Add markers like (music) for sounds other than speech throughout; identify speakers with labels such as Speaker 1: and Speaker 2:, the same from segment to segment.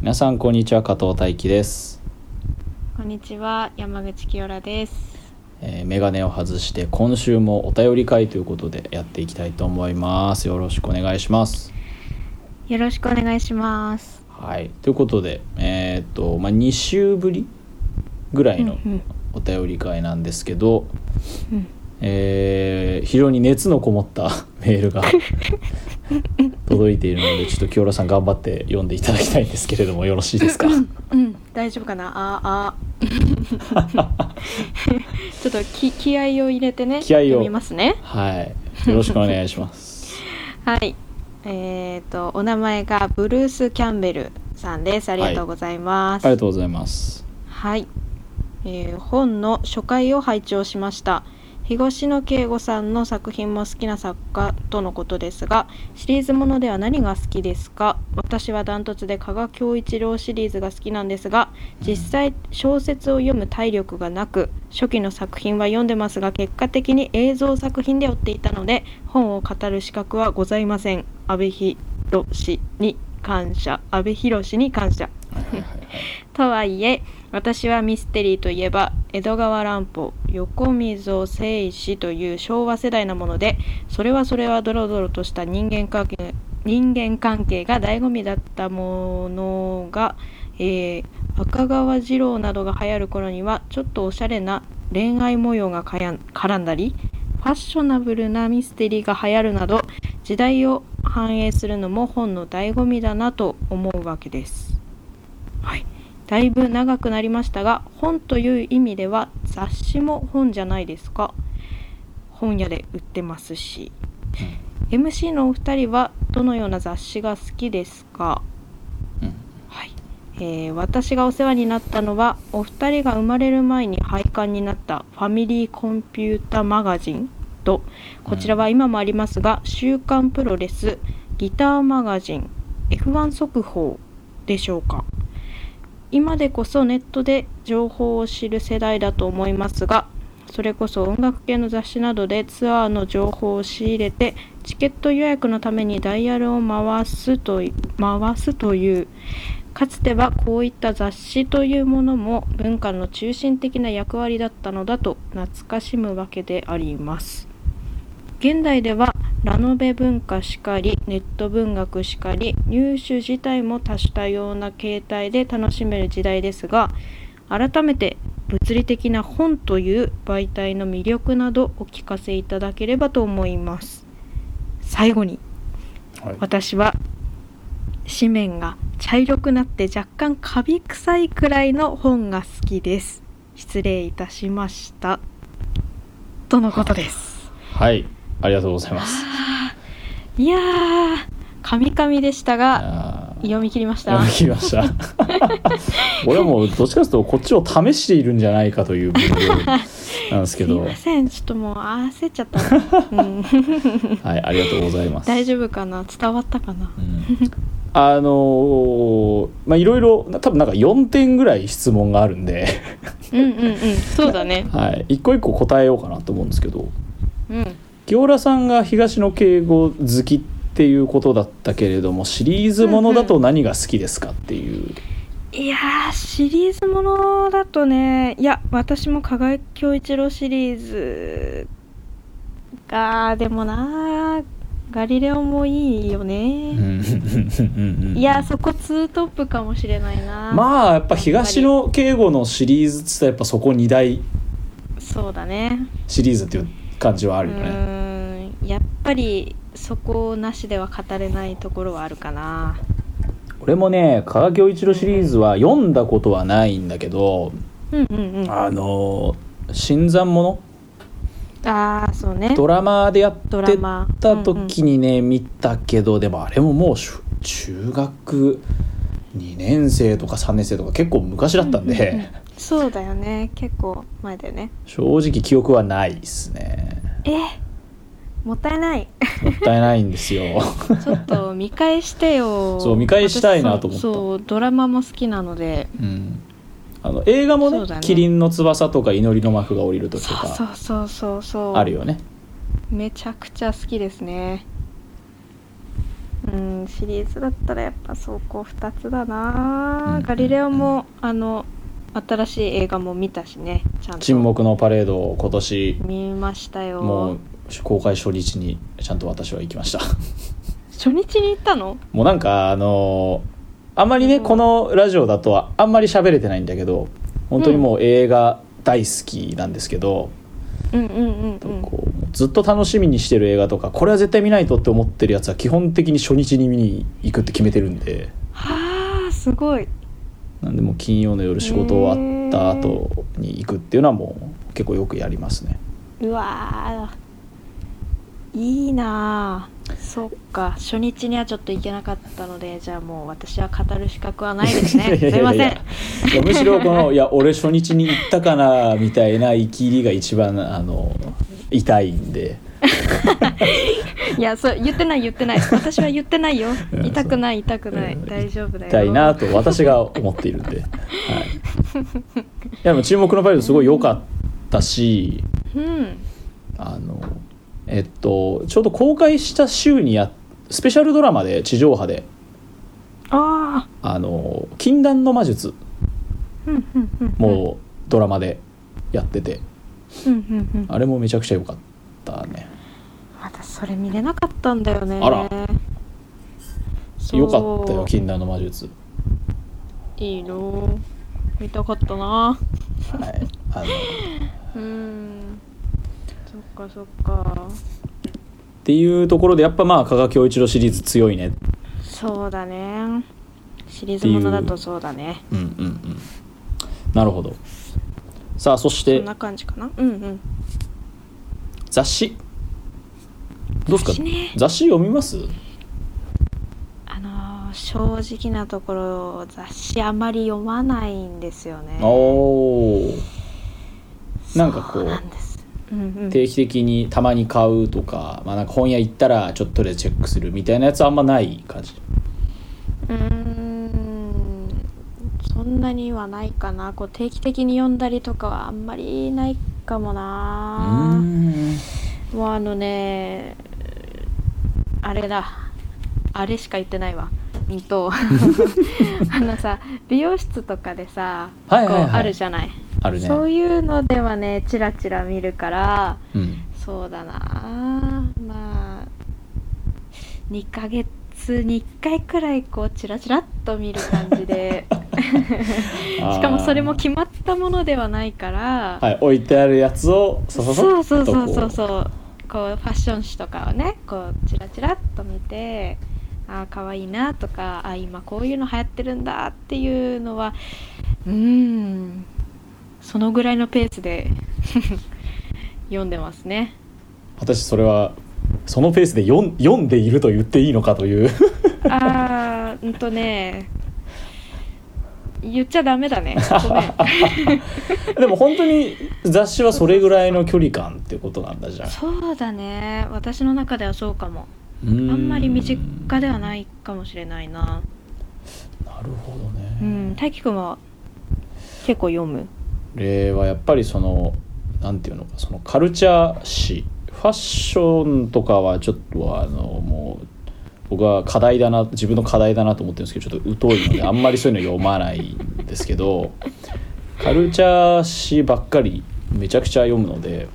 Speaker 1: 皆さんこんにちは加藤大輝です、
Speaker 2: こんにちは、山口清良です。
Speaker 1: えー、メガネを外して今週もお便り会ということでやっていきたいと思いますよろしくお願いします
Speaker 2: よろしくお願いします。
Speaker 1: はいということでえーっとまあ2週ぶりぐらいの
Speaker 2: うんうん
Speaker 1: お便り会なんですけど、
Speaker 2: うん
Speaker 1: えー非常に熱のこもった (laughs) メー
Speaker 2: (laughs)
Speaker 1: ルが届いているのでちょっと清良さん頑張って読んでいただきたいんですけれどもよろしいですか
Speaker 2: うん、大丈夫かな、ああ。 (laughs) ちょっとき気合を入れてね。
Speaker 1: 気合を
Speaker 2: 読みますね。
Speaker 1: はいよろしくお願いし
Speaker 2: (laughs)
Speaker 1: ます
Speaker 2: はい。えっ、と、お名前がブルースキャンベルさんです。ありがとうございます。
Speaker 1: ありがとうございます
Speaker 2: はい、えー本の初回を拝聴しました東野圭吾さんの作品も好きな作家とのことですがシリーズものでは何が好きですか私はダントツで加賀恭一郎シリーズが好きなんですが実際小説を読む体力がなく初期の作品は読んでますが結果的に映像作品で追っていたので本を語る資格はございません阿部寛に感謝阿部寛に感謝
Speaker 1: はいはいはいはい
Speaker 2: とはいえ私はミステリーといえば江戸川乱歩横溝正史という昭和世代なものでそれはそれはドロドロとした人間関係人間関係が醍醐味だったものが、えー赤川次郎などが流行る頃にはちょっとおしゃれな恋愛模様がかやん絡んだりファッショナブルなミステリーが流行るなど時代を反映するのも本の醍醐味だなと思うわけです。はいだいぶ長くなりましたが本という意味では雑誌も本じゃないですか本屋で売ってますし MC のお二人はどのような雑誌が好きですか
Speaker 1: うん
Speaker 2: はい、えー私がお世話になったのはお二人が生まれる前に廃刊になった「ファミリーコンピュータマガジン」とこちらは今もありますが「週刊プロレス」「ギターマガジン」「F1 速報」でしょうか今でこそネットで情報を知る世代だと思いますがそれこそ音楽系の雑誌などでツアーの情報を仕入れてチケット予約のためにダイヤルを回すとい回すというかつてはこういった雑誌というものも文化の中心的な役割だったのだと懐かしむわけであります現代ではラノベ文化しかりネット文学しかり入手自体も多種多様な形態で楽しめる時代ですが改めて物理的な本という媒体の魅力などお聞かせいただければと思います最後に
Speaker 1: はい
Speaker 2: 私は紙面が茶色くなって若干カビ臭いくらいの本が好きです失礼いたしましたとのことです
Speaker 1: はい、ありがとうございます。
Speaker 2: いやーカミカミでしたが
Speaker 1: あー
Speaker 2: 読み切りました
Speaker 1: 読み切りました。
Speaker 2: (laughs)
Speaker 1: 俺はもうどっちかというとこっちを試しているんじゃないかという分量なんです
Speaker 2: す
Speaker 1: け
Speaker 2: (laughs) い
Speaker 1: ど、は
Speaker 2: ませんちょっともう焦っちゃったな、うん、 (laughs)
Speaker 1: い、ありがとうございます。
Speaker 2: 大丈夫かな伝わったかな
Speaker 1: うんあのーまあいろいろ多分なんか4点ぐらい質問があるんで、
Speaker 2: (laughs) うんうんうんそうだね
Speaker 1: はい、一個一個答えようかなと思うんですけど、
Speaker 2: うん
Speaker 1: 清良さんが東野敬吾好きっていうことだったけれども、シリーズものだと何が好きですかっていう。
Speaker 2: いやーシリーズものだとねいや私も加賀恭一郎シリーズがでもなーガリレオもいいよ
Speaker 1: うん
Speaker 2: ね、
Speaker 1: うんうん
Speaker 2: いやそこツートップかもしれないな
Speaker 1: まあやっぱ東野敬吾のシリーズっつったらやっぱそこ2大
Speaker 2: そうだね
Speaker 1: シリーズっていう感じはあるよ
Speaker 2: う
Speaker 1: ね
Speaker 2: ーんやっぱりそこなしでは語れないところはあるかな
Speaker 1: 俺もね加賀恭一郎シリーズは読んだことはないんだけど
Speaker 2: うんうんうんあ
Speaker 1: あのー新参者
Speaker 2: あーそうね
Speaker 1: ドラマでやっ
Speaker 2: ド
Speaker 1: て
Speaker 2: ラマ
Speaker 1: た時にね見たけどでもあれももうしゅ中学2年生とか3年生とか結構昔だったん
Speaker 2: うんうん
Speaker 1: で
Speaker 2: うんそうだよね結構前だよね
Speaker 1: 正直記憶はないですね
Speaker 2: えもったいない
Speaker 1: もったいないんですよ
Speaker 2: ちょっと見返してよ。
Speaker 1: そう見返したいなと思った
Speaker 2: 私そうそうドラマも好きなので。
Speaker 1: うんあの映画も
Speaker 2: そう
Speaker 1: ね
Speaker 2: だね
Speaker 1: 「麒麟の翼」とか「祈りの幕が降りる時」と
Speaker 2: そうそ
Speaker 1: か
Speaker 2: うそうそうそう。
Speaker 1: あるよね
Speaker 2: めちゃくちゃ好きですね。うんうんシリーズだったらやっぱ走行2つだな、
Speaker 1: うん
Speaker 2: ガリレオも、あの新しい映画も見たしねちゃん
Speaker 1: 沈
Speaker 2: と
Speaker 1: 黙のパレードを今年
Speaker 2: 見ましたよ
Speaker 1: もう公開初日にちゃんと私は行きました。 (laughs)
Speaker 2: 初日に行ったの
Speaker 1: もうなんかあのーあんまりね、
Speaker 2: うん
Speaker 1: このラジオだとはあんまり喋れてないんだけど本当にもう映画大好きなんですけど、
Speaker 2: うんうんうんうん
Speaker 1: こうもうずっと楽しみにしてる映画とかこれは絶対見ないとって思ってるやつは基本的に初日に見に行くって決めてるんで
Speaker 2: はあすごい
Speaker 1: なんでもう金曜の夜仕事終わった後に行くっていうのはもう結構よくやりますね。
Speaker 2: うわーいいなあそっか初日にはちょっと行けなかったのでじゃあもう私は語る資格はないで
Speaker 1: (laughs)
Speaker 2: すねすいません
Speaker 1: いやむしろこの「いや俺初日に行ったかな」みたいなイキりが一番あの痛いんで。
Speaker 2: いやそう言ってない言ってない (laughs) 私は言ってないよ
Speaker 1: うん
Speaker 2: 痛くない痛くない
Speaker 1: うん
Speaker 2: 大丈夫だよ
Speaker 1: たいなと私が思っているんで、はい、いやでも注目のパレードすごい良かったし
Speaker 2: うん
Speaker 1: あのえっとちょうど公開した週にやスペシャルドラマで地上波で
Speaker 2: あ
Speaker 1: 「
Speaker 2: あ
Speaker 1: あの禁断の魔術
Speaker 2: うんうんうん」
Speaker 1: もドラマでやってて
Speaker 2: うんうんうん
Speaker 1: あれもめちゃくちゃ良かったね
Speaker 2: 私それ見れなかったんだよね
Speaker 1: あら
Speaker 2: そう
Speaker 1: 良かったよ禁断の魔術
Speaker 2: いいの見たかったな
Speaker 1: はいあの
Speaker 2: うんそっかそっか
Speaker 1: っていうところでやっぱまあ加賀恭一郎シリーズ強いね
Speaker 2: そうだねシリーズものだとそうだね
Speaker 1: うんうんうんなるほどさあそし
Speaker 2: そ
Speaker 1: て
Speaker 2: んな感じかなうんうん
Speaker 1: 雑誌どうですか
Speaker 2: 雑誌ね
Speaker 1: 雑誌読みます
Speaker 2: あのー正直なところ雑誌あまり読まないんですよね
Speaker 1: おーなんかこ
Speaker 2: そううなんですうんうん
Speaker 1: 定期的にたまに買うとか,、まあ、なんか本屋行ったらちょっととりあえずチェックするみたいなやつあんまない感じ
Speaker 2: うーんそんなにはないかなこう定期的に読んだりとかはあんまりないかも
Speaker 1: う
Speaker 2: な
Speaker 1: ーん
Speaker 2: もうあのねあれだあれしか言ってないわうん
Speaker 1: (laughs)
Speaker 2: とあのさ美容室とかでさ
Speaker 1: はいはいはい
Speaker 2: こうあるじゃない、
Speaker 1: あるね
Speaker 2: そう
Speaker 1: う、
Speaker 2: いうのではねチラチラ見るから
Speaker 1: ん、
Speaker 2: そうだなあまあ2ヶ月に1回くらいこうチラチラっと見る感
Speaker 1: (laughs)
Speaker 2: じで
Speaker 1: し
Speaker 2: しかもそれも決まったものではないから、
Speaker 1: はい置いてあるやつをさささ
Speaker 2: そうそう
Speaker 1: っとこ
Speaker 2: そうそうそうこうファッション誌とかをねこうチラチラっと見てああ可愛いなとかあー今こういうの流行ってるんだっていうのはうーんそのぐらいのペースで (laughs) 読んでますね。
Speaker 1: 果たしてそれはそのペースで読ん読んでいると言っていいのかという (laughs)
Speaker 2: あーうんとね言っちゃダメだねご (laughs) めん
Speaker 1: でも本当に雑誌はそれぐらいの距離感ってことなんだじゃん
Speaker 2: そうだね私の中ではそうかも
Speaker 1: あん
Speaker 2: あんまり身近ではないかもしれないな
Speaker 1: なるほどね、
Speaker 2: うん大輝くんは結構読む
Speaker 1: 例はやっぱりそのなんていうのかそのカルチャー誌ファッションとかはちょっとあのもう僕は課題だな自分の課題だなと思ってるんですけどちょっと疎いのであんまりそういうの読まないんですけどカルチャー誌ばっかりめちゃくちゃ読むので、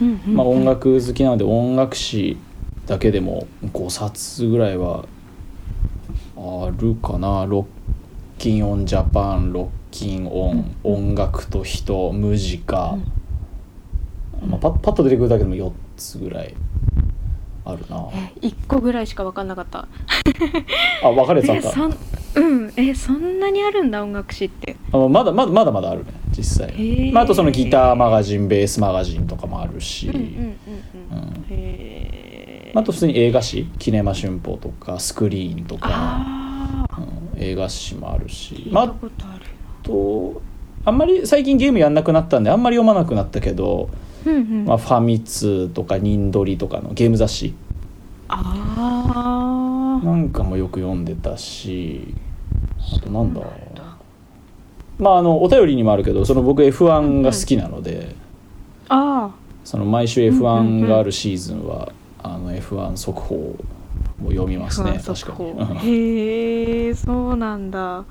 Speaker 2: うんうん
Speaker 1: まあ、音楽好きなので音楽誌だけでも5冊ぐらいはあるかな「ロッキンオンジャパン」「ロッキンオン」「音楽と人」「ムジカ」まあ、パッパッと出てくるだけでも4つぐらいあるな
Speaker 2: 1個ぐらいしか分かんなかった
Speaker 1: あ分かるやつあ
Speaker 2: え
Speaker 1: った
Speaker 2: そんうんえそんなにあるんだ音楽誌って
Speaker 1: あまだまだまだまだあるね実際、
Speaker 2: ー
Speaker 1: まあ、あとそのギターマガジンベースマガジンとかもあるし、
Speaker 2: うんうんうんうん
Speaker 1: うん
Speaker 2: へえ
Speaker 1: あと普通に映画誌「キネマ旬報」とか「スクリーン」とか。
Speaker 2: ああ
Speaker 1: うん映画誌もあるし、
Speaker 2: 聞い
Speaker 1: まあ、
Speaker 2: た
Speaker 1: あ
Speaker 2: ことある
Speaker 1: とあんまり最近ゲームやんなくなったんであんまり読まなくなったけど、
Speaker 2: なうんうん
Speaker 1: まあ、ファミ通とかニンドリとかのゲーム雑誌
Speaker 2: ああ
Speaker 1: なんかもよく読んでたしあとなんだまああのお便りにもあるけどその僕 F1 が好きなので、
Speaker 2: ああ
Speaker 1: その毎週
Speaker 2: うんうんうん
Speaker 1: F1 があるシーズンは、あの F1 速報をも読みますね
Speaker 2: 不安
Speaker 1: 確
Speaker 2: 速
Speaker 1: かにう
Speaker 2: 報
Speaker 1: ん
Speaker 2: へえそうなんだ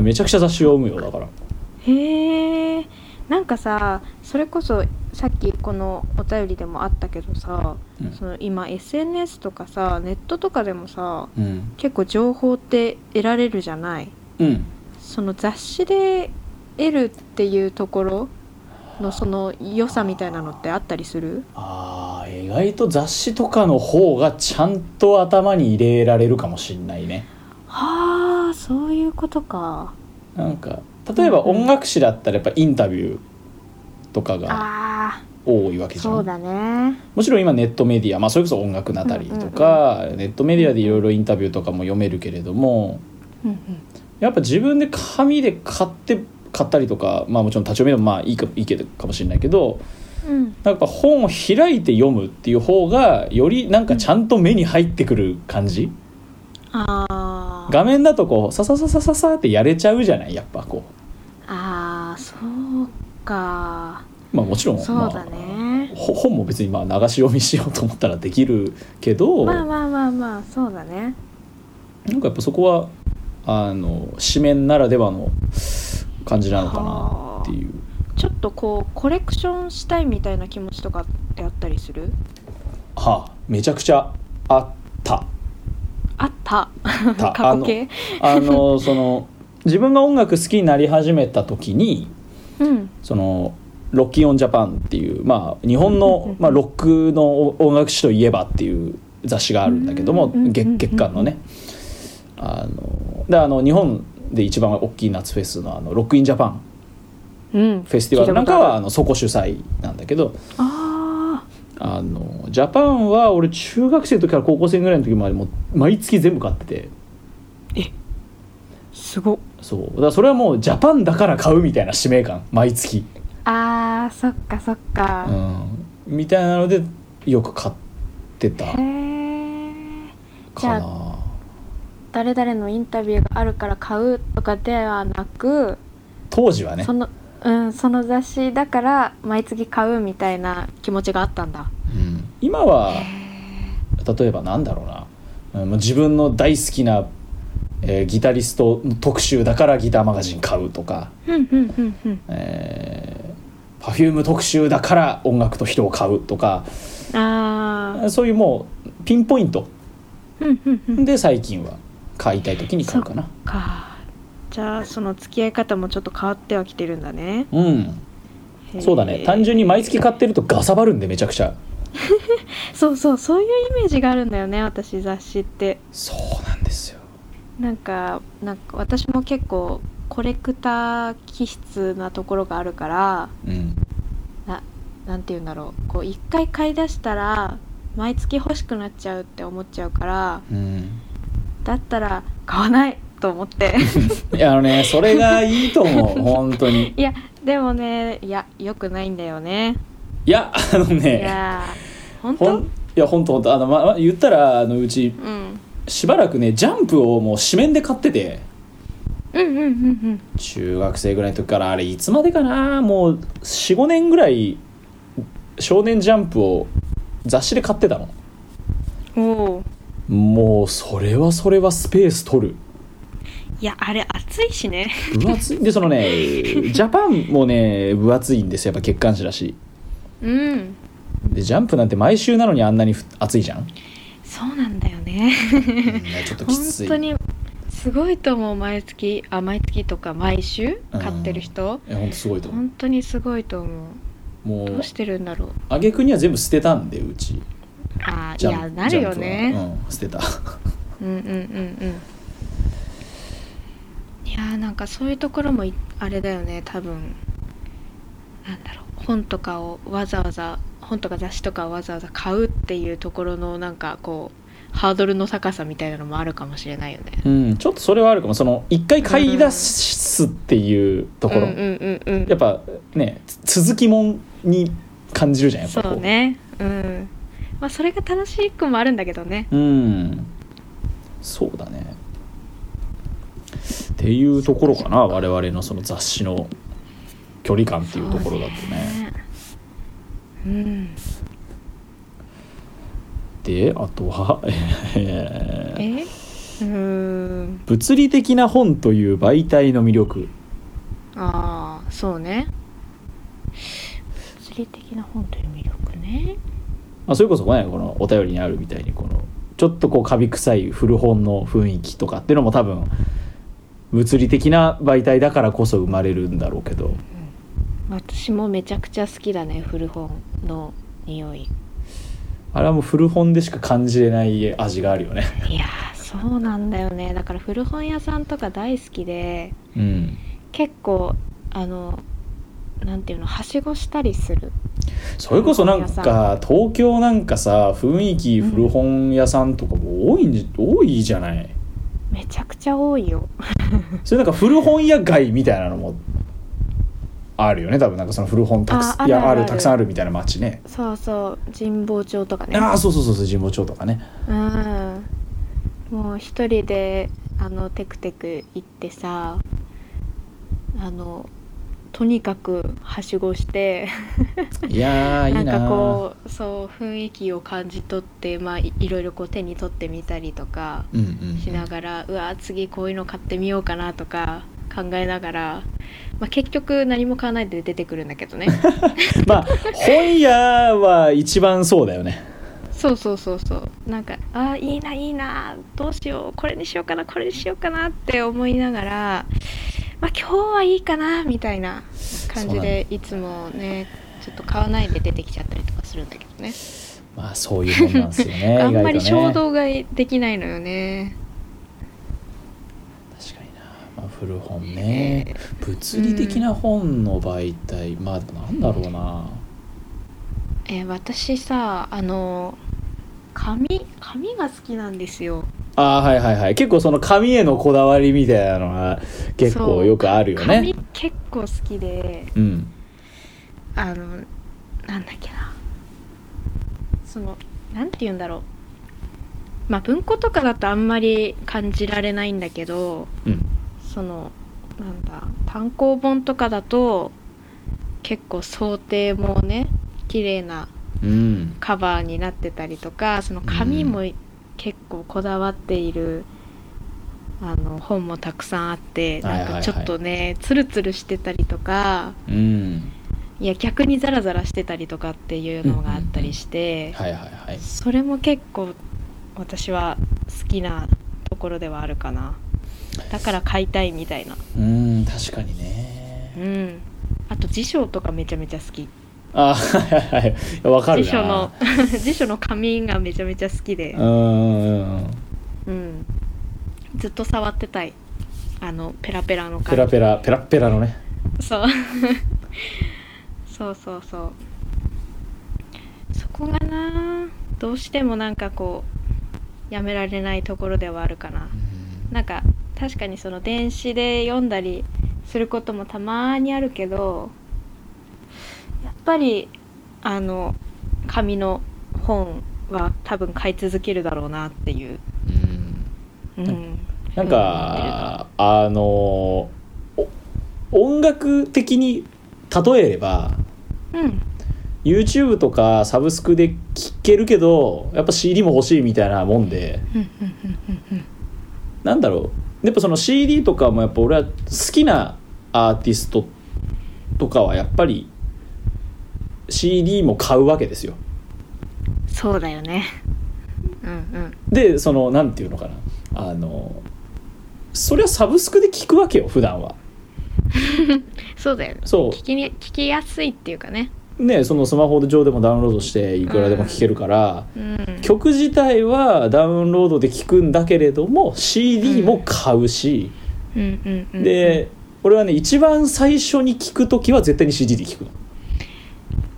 Speaker 1: めちゃくちゃ雑誌読むよだから
Speaker 2: へえなんかさそれこそさっきこのお便りでもあったけどさ、
Speaker 1: うん
Speaker 2: その今 SNS とかさネットとかでもさ
Speaker 1: うん、
Speaker 2: 結構情報って得られるじゃない
Speaker 1: うん、
Speaker 2: その雑誌で得るっていうところのその良さみたいなのってあったりする
Speaker 1: あー意外と雑誌とかの方がちゃんと頭に入れられるかもしんないね
Speaker 2: はあそういうことか
Speaker 1: なんか例えば音楽誌だったらやっぱインタビューとかが
Speaker 2: あ
Speaker 1: 多いわけ
Speaker 2: ー
Speaker 1: じゃん
Speaker 2: そうだね
Speaker 1: もちろん今ネットメディア、まあ、それこそ音楽なたりとか、ネットメディアでいろいろインタビューとかも読めるけれども
Speaker 2: うんうん
Speaker 1: やっぱ自分で紙で買って買ったりとか、まあ、もちろん立ち読みでもまあいいかいいけどかもしれないけど
Speaker 2: うん
Speaker 1: なんか本を開いて読むっていう方がよりなんかちゃんと目に入ってくる感じ
Speaker 2: あー
Speaker 1: 画面だとこうささささささってやれちゃうじゃないやっぱこ
Speaker 2: あーそうか
Speaker 1: う、まあ、もちろん
Speaker 2: そう
Speaker 1: ま
Speaker 2: だね
Speaker 1: あ、ほ本も別にまあ流し読みしようと思ったらできるけど、
Speaker 2: まあまあまあまあそうだね
Speaker 1: なんかやっぱそこはあの紙面ならではの感じなのかなっていう
Speaker 2: ちょっとこうコレクションしたいみたいな気持ちとかってあったりする
Speaker 1: はあめちゃくちゃあ
Speaker 2: (laughs)
Speaker 1: った
Speaker 2: あった
Speaker 1: た
Speaker 2: (laughs) 過去形
Speaker 1: あのその自分が音楽好きになり始めた時に
Speaker 2: うん
Speaker 1: そのロッキン・オン・ジャパンっていう、まあ、日本
Speaker 2: うんうん
Speaker 1: の
Speaker 2: うん、
Speaker 1: まあ、ロックの音楽誌といえばっていう雑誌があるんだけども
Speaker 2: うんうんうんうん
Speaker 1: 月月間のねあのであの日本で一番大きい夏フェスのあのロック・イン・ジャパン
Speaker 2: うん
Speaker 1: フェスティバルなんかはあ
Speaker 2: 聞いたこ
Speaker 1: のそこ主催なんだけど
Speaker 2: とある
Speaker 1: あのジャパンは俺中学生の時から高校生ぐらいの時までもう毎月全部買ってて
Speaker 2: あーすごっ
Speaker 1: そうだからそれはもうジャパンだから買うみたいな使命感毎月、
Speaker 2: あーそっかそっか
Speaker 1: う、ん、みたいなのでよく買ってた
Speaker 2: へえじ
Speaker 1: か
Speaker 2: ゃあ
Speaker 1: な
Speaker 2: 誰々のインタビューがあるから買うとかではなく、
Speaker 1: 当時はね
Speaker 2: そのうんその雑誌だから毎月買うみたいな気持ちがあったんだ
Speaker 1: うん今は例えばなんだろうな、うん、もう自分の大好きな、えーギタリストの特集だからギターマガジン買うとか、
Speaker 2: うんうんうんうん
Speaker 1: えー、パフューム特集だから音楽と人を買うとか
Speaker 2: ああ
Speaker 1: そういうもうピンポイント
Speaker 2: うんうんうん
Speaker 1: で最近は買いたい時に買うかな
Speaker 2: かじゃあその付き合い方もちょっと変わってはきてるんだね
Speaker 1: うんそうだ
Speaker 2: へ
Speaker 1: ね
Speaker 2: ー
Speaker 1: 単純に毎月買ってるとガサバるんでめちゃくちゃ
Speaker 2: そうそうそういうイメージがあるんだよね私雑誌って
Speaker 1: そうなんですよ
Speaker 2: なんかなんか私も結構コレクター気質なところがあるから
Speaker 1: うん
Speaker 2: ななんて言うんだろうこう一回買い出したら毎月欲しくなっちゃうって思っちゃうから
Speaker 1: うん
Speaker 2: だったら買わないと思って
Speaker 1: (laughs) いやあのねそれがいいと思
Speaker 2: (laughs)
Speaker 1: う本当に
Speaker 2: いやでもねいや良くないんだよね
Speaker 1: いやあの
Speaker 2: い
Speaker 1: ね
Speaker 2: やー本
Speaker 1: ほ
Speaker 2: 当
Speaker 1: んいや本当本当あの、まま、言ったらあのうち
Speaker 2: うん
Speaker 1: しばらくねジャンプをもう紙面で買ってて
Speaker 2: うんうんうん
Speaker 1: 中学生ぐらいの時からあれいつまでかなもう45年ぐらい少年ジャンプを雑誌で買ってたの
Speaker 2: うんおお
Speaker 1: もうそれはそれはスペース取る
Speaker 2: いやあれ暑いしね
Speaker 1: 分厚いでそのねジャパンもね分厚いんですよやっぱ月刊誌だし
Speaker 2: うん
Speaker 1: でジャンプなんて毎週なのにあんなにふ厚いじゃん、
Speaker 2: そうなんだよね
Speaker 1: うんちょっとき
Speaker 2: (laughs) 本
Speaker 1: つい
Speaker 2: 当にすごいと思う毎月あ毎月とか毎週買ってる人
Speaker 1: いや本当すごいと思
Speaker 2: 本当にすごいと思
Speaker 1: うも
Speaker 2: うど
Speaker 1: う
Speaker 2: うしてるんだろう
Speaker 1: あげくには全部捨てたんでうち
Speaker 2: あー
Speaker 1: ジャ
Speaker 2: い
Speaker 1: ン
Speaker 2: やなるよね
Speaker 1: ジャンプはうん、捨てた
Speaker 2: うんうんうんうんいやーなんかそういうところもいあれだよね多分なんだろう本とかをわざわざ本とか雑誌とかをわざわざ買うっていうところのなんかこうハードルの高さみたいなのもあるかもしれないよね。
Speaker 1: うんちょっとそれはあるかもその一回買い出すっていうところ、
Speaker 2: うんうんうんうん、
Speaker 1: やっぱねつ続きもんに感じるじゃんやっぱこ
Speaker 2: そうねうんまあそれが楽しくもあるんだけどね
Speaker 1: うんそうだねっていうところかな我々のその雑誌の距離感っていうところだとね
Speaker 2: そうねうん
Speaker 1: であとは、えー
Speaker 2: えうーん
Speaker 1: 物理的な本という媒体の魅力
Speaker 2: ああそうね物理的な本という魅力ね
Speaker 1: あそれこそねこのお便りにあるみたいにこのちょっとこうカビ臭い古本の雰囲気とかっていうのも多分物理的な媒体だからこそ生まれるんだろうけど
Speaker 2: 私もめちゃくちゃ好きだね古本の匂い
Speaker 1: あれはもう古本でしか感じれない味があるよね。
Speaker 2: いやーそうなんだよねだから古本屋さんとか大好きで
Speaker 1: うん
Speaker 2: 結構あのなんていうのはしごしたりする
Speaker 1: それこそなんか東京なんかさ雰囲気古本屋さんとかも多いんじ多いじゃない
Speaker 2: めちゃくちゃ多いよ
Speaker 1: それなんか古本屋街みたいなのもあるよね多分なんかその古本たくさ
Speaker 2: あ
Speaker 1: んいや
Speaker 2: あ
Speaker 1: あ
Speaker 2: るある
Speaker 1: るたくさんあるみたいな街ね
Speaker 2: そうそう神保町とかね
Speaker 1: ああそうそうそうそう神保町とかね
Speaker 2: (laughs) うんもう一人であのテクテク行ってさあのとにかくはしごして
Speaker 1: いやーいい
Speaker 2: な
Speaker 1: なん
Speaker 2: かこうそう雰囲気を感じ取って、まあ、いいろいろこう手に取ってみたりとか
Speaker 1: うんうん
Speaker 2: しながらうわ次こういうの買ってみようかなとか考えながら、まあ、結局何も買わないで出てくるんだけどね
Speaker 1: まあ本屋は一番そうだよね
Speaker 2: そうそうそうそうなんかあーいいないいなどうしようこれにしようかなこれにしようかなって思いながら、まあ、今日はいいかなみたいな感じでいつもねちょっと買わないで出てきちゃったりとかするんだけどね
Speaker 1: まあそういうもんなんですよね
Speaker 2: (laughs) あんまり
Speaker 1: 意外とね
Speaker 2: 衝動買いできないのよね
Speaker 1: 確かにな、まあ、古本ね物理的な本の媒体、まあなんだろうな
Speaker 2: えー私さあの紙紙が好きなんですよ
Speaker 1: あーはいはいはい結構その紙へのこだわりみたいなのが結
Speaker 2: そ
Speaker 1: 構
Speaker 2: う
Speaker 1: よくあるよね
Speaker 2: 紙結構好きで
Speaker 1: うん
Speaker 2: あのなんだっけなそのなんて言うんだろうまあ文庫とかだとあんまり感じられないんだけど
Speaker 1: うん
Speaker 2: そのなんだ単行本とかだと結構想定もね綺麗な
Speaker 1: うん
Speaker 2: カバーになってたりとかその紙も結構こだわっている、あの本もたくさんあっ
Speaker 1: はいは
Speaker 2: て
Speaker 1: い
Speaker 2: な
Speaker 1: は
Speaker 2: ん
Speaker 1: い
Speaker 2: かちょっとね、ツルツルしてたりとか
Speaker 1: うん
Speaker 2: いや逆にザラザラしてたりとかっていうのがあったりして、
Speaker 1: はいはいはい
Speaker 2: それも結構私は好きなところではあるかなだから買いたいみたいな
Speaker 1: うん確かにね
Speaker 2: うんあと辞書とかめちゃめちゃ好き
Speaker 1: あーはいはいはいわかる
Speaker 2: 辞
Speaker 1: な
Speaker 2: 書の (laughs) 辞書の紙がめちゃめちゃ好きで
Speaker 1: うんうんうん
Speaker 2: うん、ずっと触ってたいあのペラペラの
Speaker 1: ペ
Speaker 2: 紙
Speaker 1: ラペラペラッペラのね
Speaker 2: そう (laughs) そうそうそうそこがなどうしてもなんかこうやめられないところではあるかななんか確かにその電子で読んだりすることもたまにあるけどやっぱりあの紙の本は多分買い続けるだろうなっていう、
Speaker 1: うん
Speaker 2: うん、
Speaker 1: なんか、あのお音楽的に例えれば
Speaker 2: うん、
Speaker 1: YouTube とかサブスクで聴けるけどやっぱ CD も欲しいみたいなもんでなんだろうやっぱその CD とかもやっぱ俺は好きなアーティストとかはやっぱり CD も買うわけですよ。
Speaker 2: そうだよね。うんうん。
Speaker 1: でそのなんていうのかなあのそれはサブスクで聴くわけよ普段は。
Speaker 2: そうだよね。
Speaker 1: そう
Speaker 2: 聞きに聞きやすいっていうかね。
Speaker 1: ね、そのスマホ上でもダウンロードしていくらでも聴けるから、
Speaker 2: うん。
Speaker 1: 曲自体はダウンロードで聴くんだけれども CD も買うし、
Speaker 2: うんうんうん。
Speaker 1: で俺はね一番最初に聴く時は絶対に CD で聴くの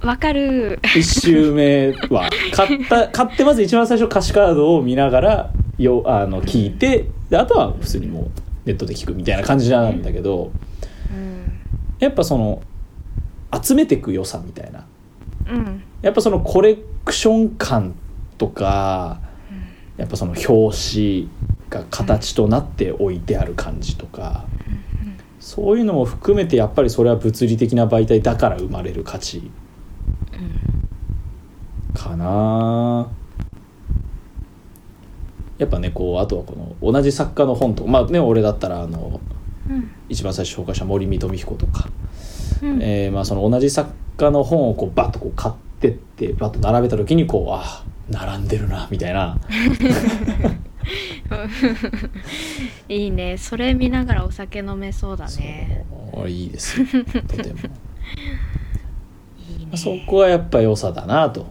Speaker 2: わかる。
Speaker 1: 1周目は買った買ってまず一番最初歌詞カードを見ながらよあの聴いてであとは普通にもうネットで聴くみたいな感じなんだけど
Speaker 2: うん。
Speaker 1: やっぱその集めてく良さみたいな
Speaker 2: うん。
Speaker 1: やっぱそのコレクション感とかやっぱその表紙が形となって置いてある感じとかそういうのも含めてやっぱりそれは物理的な媒体だから生まれる価値かなやっぱねこうあとはこの同じ作家の本とかまあね俺だったらあの
Speaker 2: うん
Speaker 1: 一番最初紹介した森見富彦とか、
Speaker 2: うん
Speaker 1: えーまあ、その同じ作家の本をこうバッとこう買ってってバッと並べた時にこうあー並んでるなみたいな
Speaker 2: (laughs) いいねそれ見ながらお酒飲めそうだね
Speaker 1: そういいですよとても
Speaker 2: いいね
Speaker 1: そこはやっぱ良さだなと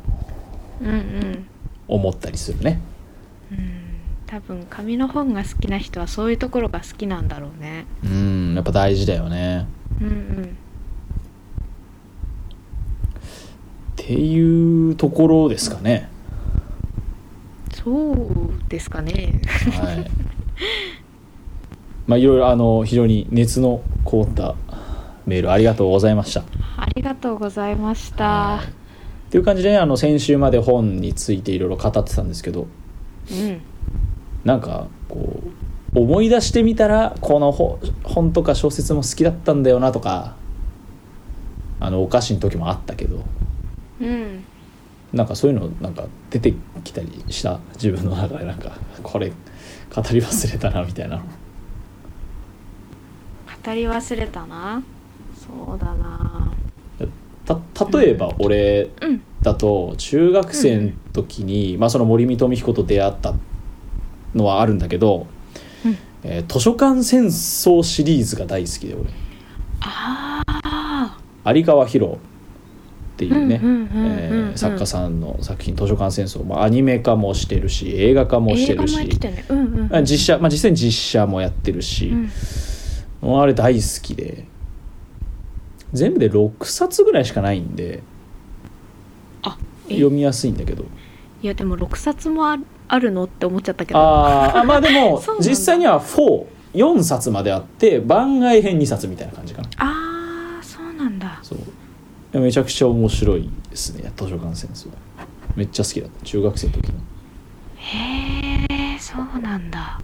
Speaker 2: うんうん
Speaker 1: 思ったりするね
Speaker 2: うん多分紙の本が好きな人はそういうところが好きなんだろうね
Speaker 1: うんやっぱ大事だよね
Speaker 2: うんうん
Speaker 1: っていうところですかね、
Speaker 2: そうですかね
Speaker 1: はいまあいろいろあの非常に熱のこもったメールありがとうございました
Speaker 2: (laughs) ありがとうございまし
Speaker 1: は
Speaker 2: た
Speaker 1: いっていう感じでねあの先週まで本についていろいろ語ってたんですけど
Speaker 2: うん
Speaker 1: なんかこう思い出してみたらこの本本とか小説も好きだったんだよなとかあのお菓子の時もあったけど
Speaker 2: うん
Speaker 1: なんかそういうのなんか出てきたりした自分の中でなんかこれ語り忘れたなみたいな
Speaker 2: 語り忘れたなそうだな
Speaker 1: た例えば俺
Speaker 2: うん
Speaker 1: だと中学生の時に、まあ、その森見富彦と出会ったのはあるんだけど、
Speaker 2: うん
Speaker 1: えー図書館戦争シリーズが大好きで俺
Speaker 2: ああ
Speaker 1: 有川博っていうね
Speaker 2: うんうんうんうんうん
Speaker 1: えー作家さんの作品「図書館戦争」まあ、アニメ化もしてるし映画化もして
Speaker 2: 映画
Speaker 1: るし
Speaker 2: もやってたよねうんうん
Speaker 1: あ実写、まあ、実際に実写もやってるし、
Speaker 2: うん
Speaker 1: もうあれ大好きで全部で6冊ぐらいしかないんで
Speaker 2: あえ
Speaker 1: 読みやすいんだけど
Speaker 2: いやでも6冊もあるあるのって思っちゃったけど
Speaker 1: あーあまあでも
Speaker 2: (laughs) そうなんだ
Speaker 1: 実際には44冊まであって番外編2冊みたいな感じかな
Speaker 2: あーそうなんだ
Speaker 1: そういやめちゃくちゃ面白いですね図書館戦争めっちゃ好きだった中学生の時に、
Speaker 2: へえそうなんだ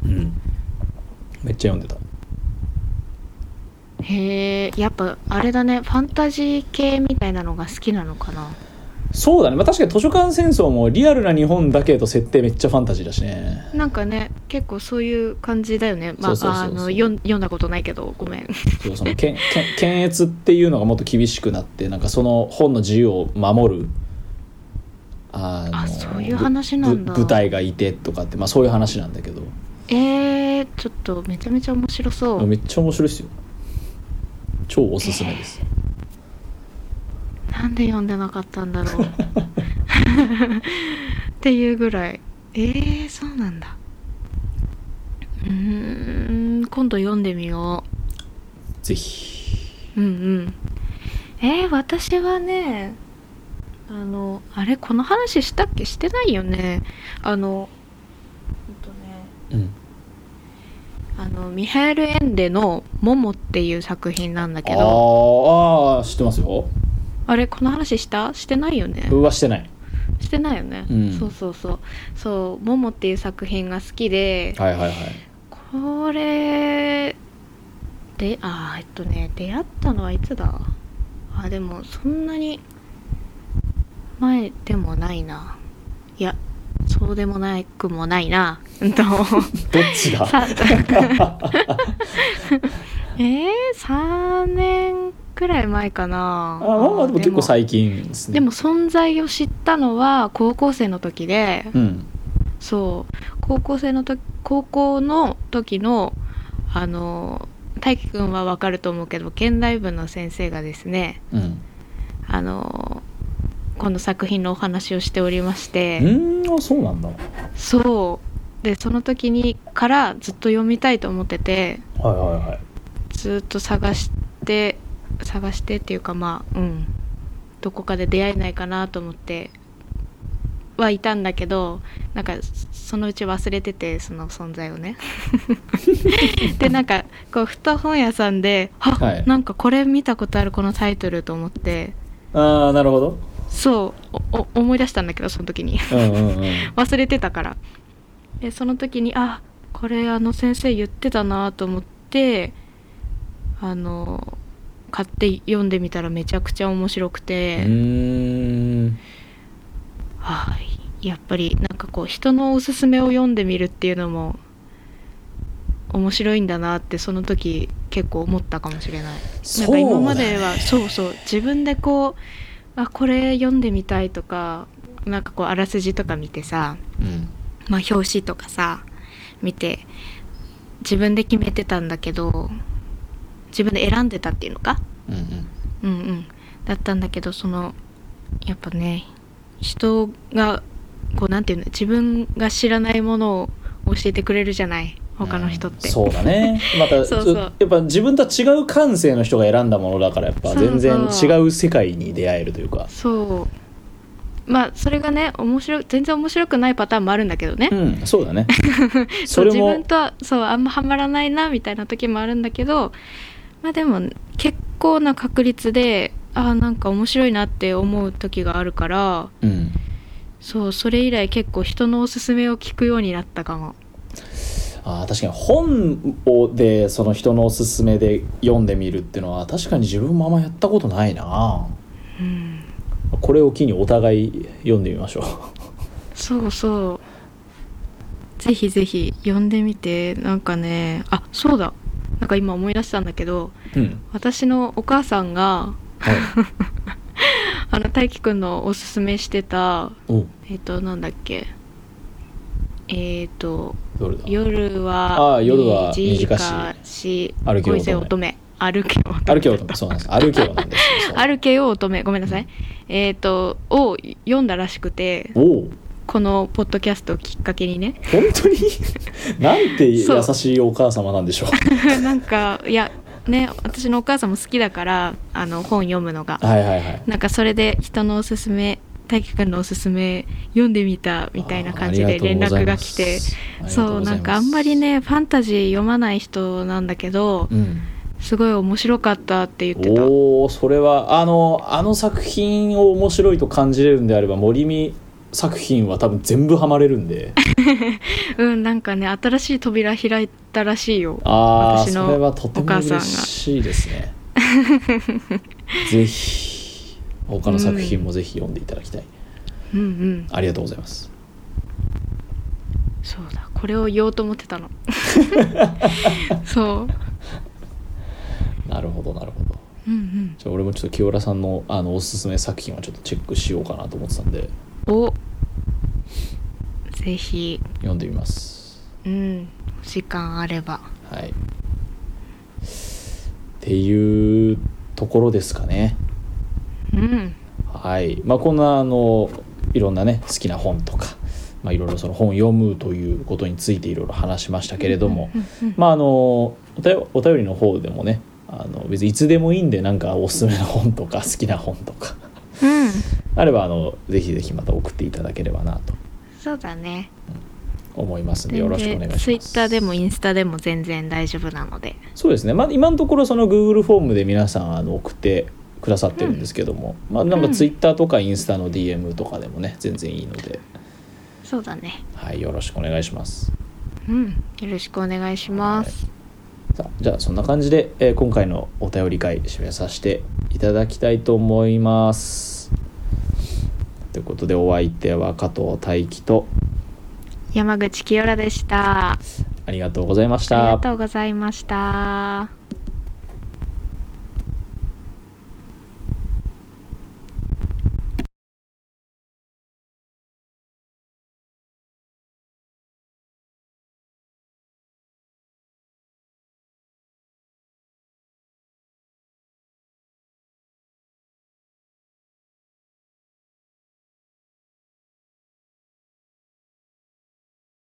Speaker 1: めっちゃ読んでた
Speaker 2: へえやっぱあれだねファンタジー系みたいなのが好きなのかな
Speaker 1: そうだね、まあ、確かに図書館戦争もリアルな日本だけど設定めっちゃファンタジーだしね
Speaker 2: なんかね結構そういう感じだよねまあ
Speaker 1: そうそうそう
Speaker 2: あ
Speaker 1: そう
Speaker 2: の読ん読んだことないけどごめ (laughs) ん
Speaker 1: そうそのけんけん検閲っていうのがもっと厳しくなってなんかその本の自由を守るあの
Speaker 2: あそういう話なんだ
Speaker 1: ぶ舞台がいてとかって、まあ、そういう話なんだけど
Speaker 2: えー、ちょっとめちゃめちゃ面白そう
Speaker 1: めっちゃ面白いですよ超おすすめです、
Speaker 2: なんで読んでなかったんだろう
Speaker 1: (laughs)
Speaker 2: っていうぐらいえー、そうなんだうーん今度読んでみよう
Speaker 1: ぜひ
Speaker 2: うんうんえー、私はねあのあれこの話したっけしてないよねあのえっとね
Speaker 1: うん
Speaker 2: あのミハエル・エンデの「モモ」っていう作品なんだ
Speaker 1: あ
Speaker 2: け
Speaker 1: ー
Speaker 2: ど
Speaker 1: あー知ってますよ
Speaker 2: あれこの話したしてないよね
Speaker 1: うわしてない
Speaker 2: してないよね、
Speaker 1: うん
Speaker 2: そうそうそうそう「モモ」っていう作品が好きで
Speaker 1: はいはいはい
Speaker 2: これであーえっとね出会ったのはいつだあでもそんなに前でもないないやそうでもなくもないなう
Speaker 1: (laughs)
Speaker 2: んと
Speaker 1: どっち
Speaker 2: (laughs)
Speaker 1: だ
Speaker 2: さえー、3年くらい前かな
Speaker 1: あまあまあでも結構
Speaker 2: でも
Speaker 1: 最近ですね
Speaker 2: でも存在を知ったのは高校生の時で、
Speaker 1: うん
Speaker 2: そう高校生の時高校の時のあの大輝くんはわかると思うけど現代文の先生がですね
Speaker 1: うん
Speaker 2: あのこの作品のお話をしておりまして、
Speaker 1: うんあそうなんだはい
Speaker 2: そうでその時にからずっと読みたいと思ってて
Speaker 1: はいはい
Speaker 2: ずっと探して探してっていうかまあうんどこかで出会えないかなと思ってはいたんだけどなんかそのうち忘れててその存在
Speaker 1: (laughs)
Speaker 2: をねでなんかこうふと本屋さんで「あ、
Speaker 1: はい
Speaker 2: なんかこれ見たことあるこのタイトル」と思って
Speaker 1: ああなるほど
Speaker 2: そうおお思い出したんだけどその時に
Speaker 1: うんうんうん
Speaker 2: (laughs) 忘れてたからでその時にあこれあの先生言ってたなと思ってあの買って読んでみたらめちゃくちゃ面白く
Speaker 1: う
Speaker 2: て、
Speaker 1: ーん
Speaker 2: あやっぱりなんかこう人のおすすめを読んでみるっていうのも面白いんだなってその時結構思ったかもしれない、なんか今まではそうそう自分でこうあこれ読んでみたいとかなんかこうあらすじとか見てさ、
Speaker 1: うん
Speaker 2: まあ、表紙とかさ見て自分で決めてたんだけど自分で選んでたっていうのか
Speaker 1: うんうん
Speaker 2: うんうんだったんだけどそのやっぱね人がこうなんていうの自分が知らないものを教えてくれるじゃない他の人って、
Speaker 1: うんそうだねまた
Speaker 2: (laughs) そうそう
Speaker 1: やっぱ自分とは違う感性の人が選んだものだからやっぱ全然
Speaker 2: そ
Speaker 1: 違
Speaker 2: うそう
Speaker 1: う世界に出会えるというか
Speaker 2: そうまあそれがね面白い全然面白くないパターンもあるんだけどね、
Speaker 1: うんそうだね
Speaker 2: (laughs) そ
Speaker 1: そうれ
Speaker 2: 自
Speaker 1: も
Speaker 2: 分とはそうあんまハマらないなみたいな時もあるんだけどまあでも結構な確率でああなんか面白いなって思う時があるから
Speaker 1: うん
Speaker 2: そうそれ以来結構人のおすすめを聞くようになったかも。
Speaker 1: あー確かに本をでその人のおすすめで読んでみるっていうのは確かに自分もあんまやったことないな
Speaker 2: うん
Speaker 1: これを機にお互い読んでみましょう
Speaker 2: そうそうぜひぜひ読んでみてなんかねあそうだなんか今思い出したんだけど
Speaker 1: (laughs) うん
Speaker 2: 私のお母さんが
Speaker 1: はい
Speaker 2: (laughs) あの大輝くんのおすすめしてた
Speaker 1: お
Speaker 2: えっ、となんだっけえっ、と
Speaker 1: どれだ
Speaker 2: 夜は
Speaker 1: あ夜は
Speaker 2: 短
Speaker 1: 短
Speaker 2: し
Speaker 1: 歩けよ
Speaker 2: 恋せ乙女歩けよ乙女
Speaker 1: 歩けようと思ってそうなんです歩けようなんですそう
Speaker 2: (laughs) 歩けよ乙女ごめんなさいえっ、とを読んだらしくて
Speaker 1: おお
Speaker 2: このポッドキャストをきっかけにね (laughs)
Speaker 1: 本当に (laughs) なんて優
Speaker 2: そう
Speaker 1: しいお母様なんでしょう
Speaker 2: (laughs) なんかいやね私のお母さんも好きだからあの本読むのが
Speaker 1: はいはいはい
Speaker 2: なんかそれで人のおすすめ大輝くんのおすすめ読んでみたみたいな感じ
Speaker 1: あーあ
Speaker 2: で
Speaker 1: りとう
Speaker 2: 連
Speaker 1: ござ
Speaker 2: 絡
Speaker 1: い
Speaker 2: が
Speaker 1: ま
Speaker 2: 来
Speaker 1: す
Speaker 2: て
Speaker 1: ありがと
Speaker 2: そう
Speaker 1: ご
Speaker 2: う
Speaker 1: ざ
Speaker 2: ない
Speaker 1: ます
Speaker 2: んかあんまりねファンタジー読まない人なんだけど
Speaker 1: うん
Speaker 2: すごい面白かったって言ってた
Speaker 1: おおそれはあのあの作品を面白いと感じれるんであれば森見作品は多分全部ハマれるん (laughs) で
Speaker 2: うんなんかね新しい扉開いたらしいよ
Speaker 1: ああ
Speaker 2: 私の
Speaker 1: それはとて
Speaker 2: お
Speaker 1: も
Speaker 2: 母さん
Speaker 1: 嬉
Speaker 2: が
Speaker 1: しいです (laughs) ねぜひ他の作品もぜひ読んでいただきたい、
Speaker 2: うんうん
Speaker 1: ありがとうございます
Speaker 2: そうだこれを言おうと思っ
Speaker 1: (laughs)
Speaker 2: てたのそう
Speaker 1: なるほどなるほど
Speaker 2: うん
Speaker 1: じゃあ俺もちょっと清良さんのあのおすすめ作品はちょっとチェックしようかなと思ってたんで
Speaker 2: うんおぜひ
Speaker 1: 読んでみます
Speaker 2: うんお時間あれば
Speaker 1: はいっていうところですかね
Speaker 2: うん
Speaker 1: はいまあ、こんなあのいろんなね好きな本とか、まあ、いろいろその本を読むということについていろいろ話しましたけれども、
Speaker 2: うんうん
Speaker 1: まあ、あのお便お便りの方でもねあの別にいつでもいいんでなんかおすすめの本とか好 (laughs) きな本とか
Speaker 2: うん
Speaker 1: あればあのぜひぜひまた送っていただければなと
Speaker 2: そうだね
Speaker 1: 思いますんで
Speaker 2: 全
Speaker 1: よろしくお願いしま
Speaker 2: 然
Speaker 1: す。
Speaker 2: ツイッターでもインスタでも全然大丈夫なので
Speaker 1: そうですね、まあ、今のところその Google フォームで皆さんあの送ってくださってるんですけども、まあ、なん
Speaker 2: う
Speaker 1: か
Speaker 2: ん
Speaker 1: ツイッターとかインスタの DM とかでもね全然いいので、
Speaker 2: そうだね
Speaker 1: はい、よろしくお願いします。
Speaker 2: うんよろしくお願いします
Speaker 1: さあじゃあそんな感じで、えー今回のお便り会締めさせていただきたいと思います。ということでお相手は加藤大輝と
Speaker 2: 山口清良でしたあ
Speaker 1: ありがとうございまし
Speaker 2: り
Speaker 1: た
Speaker 2: が。とうございました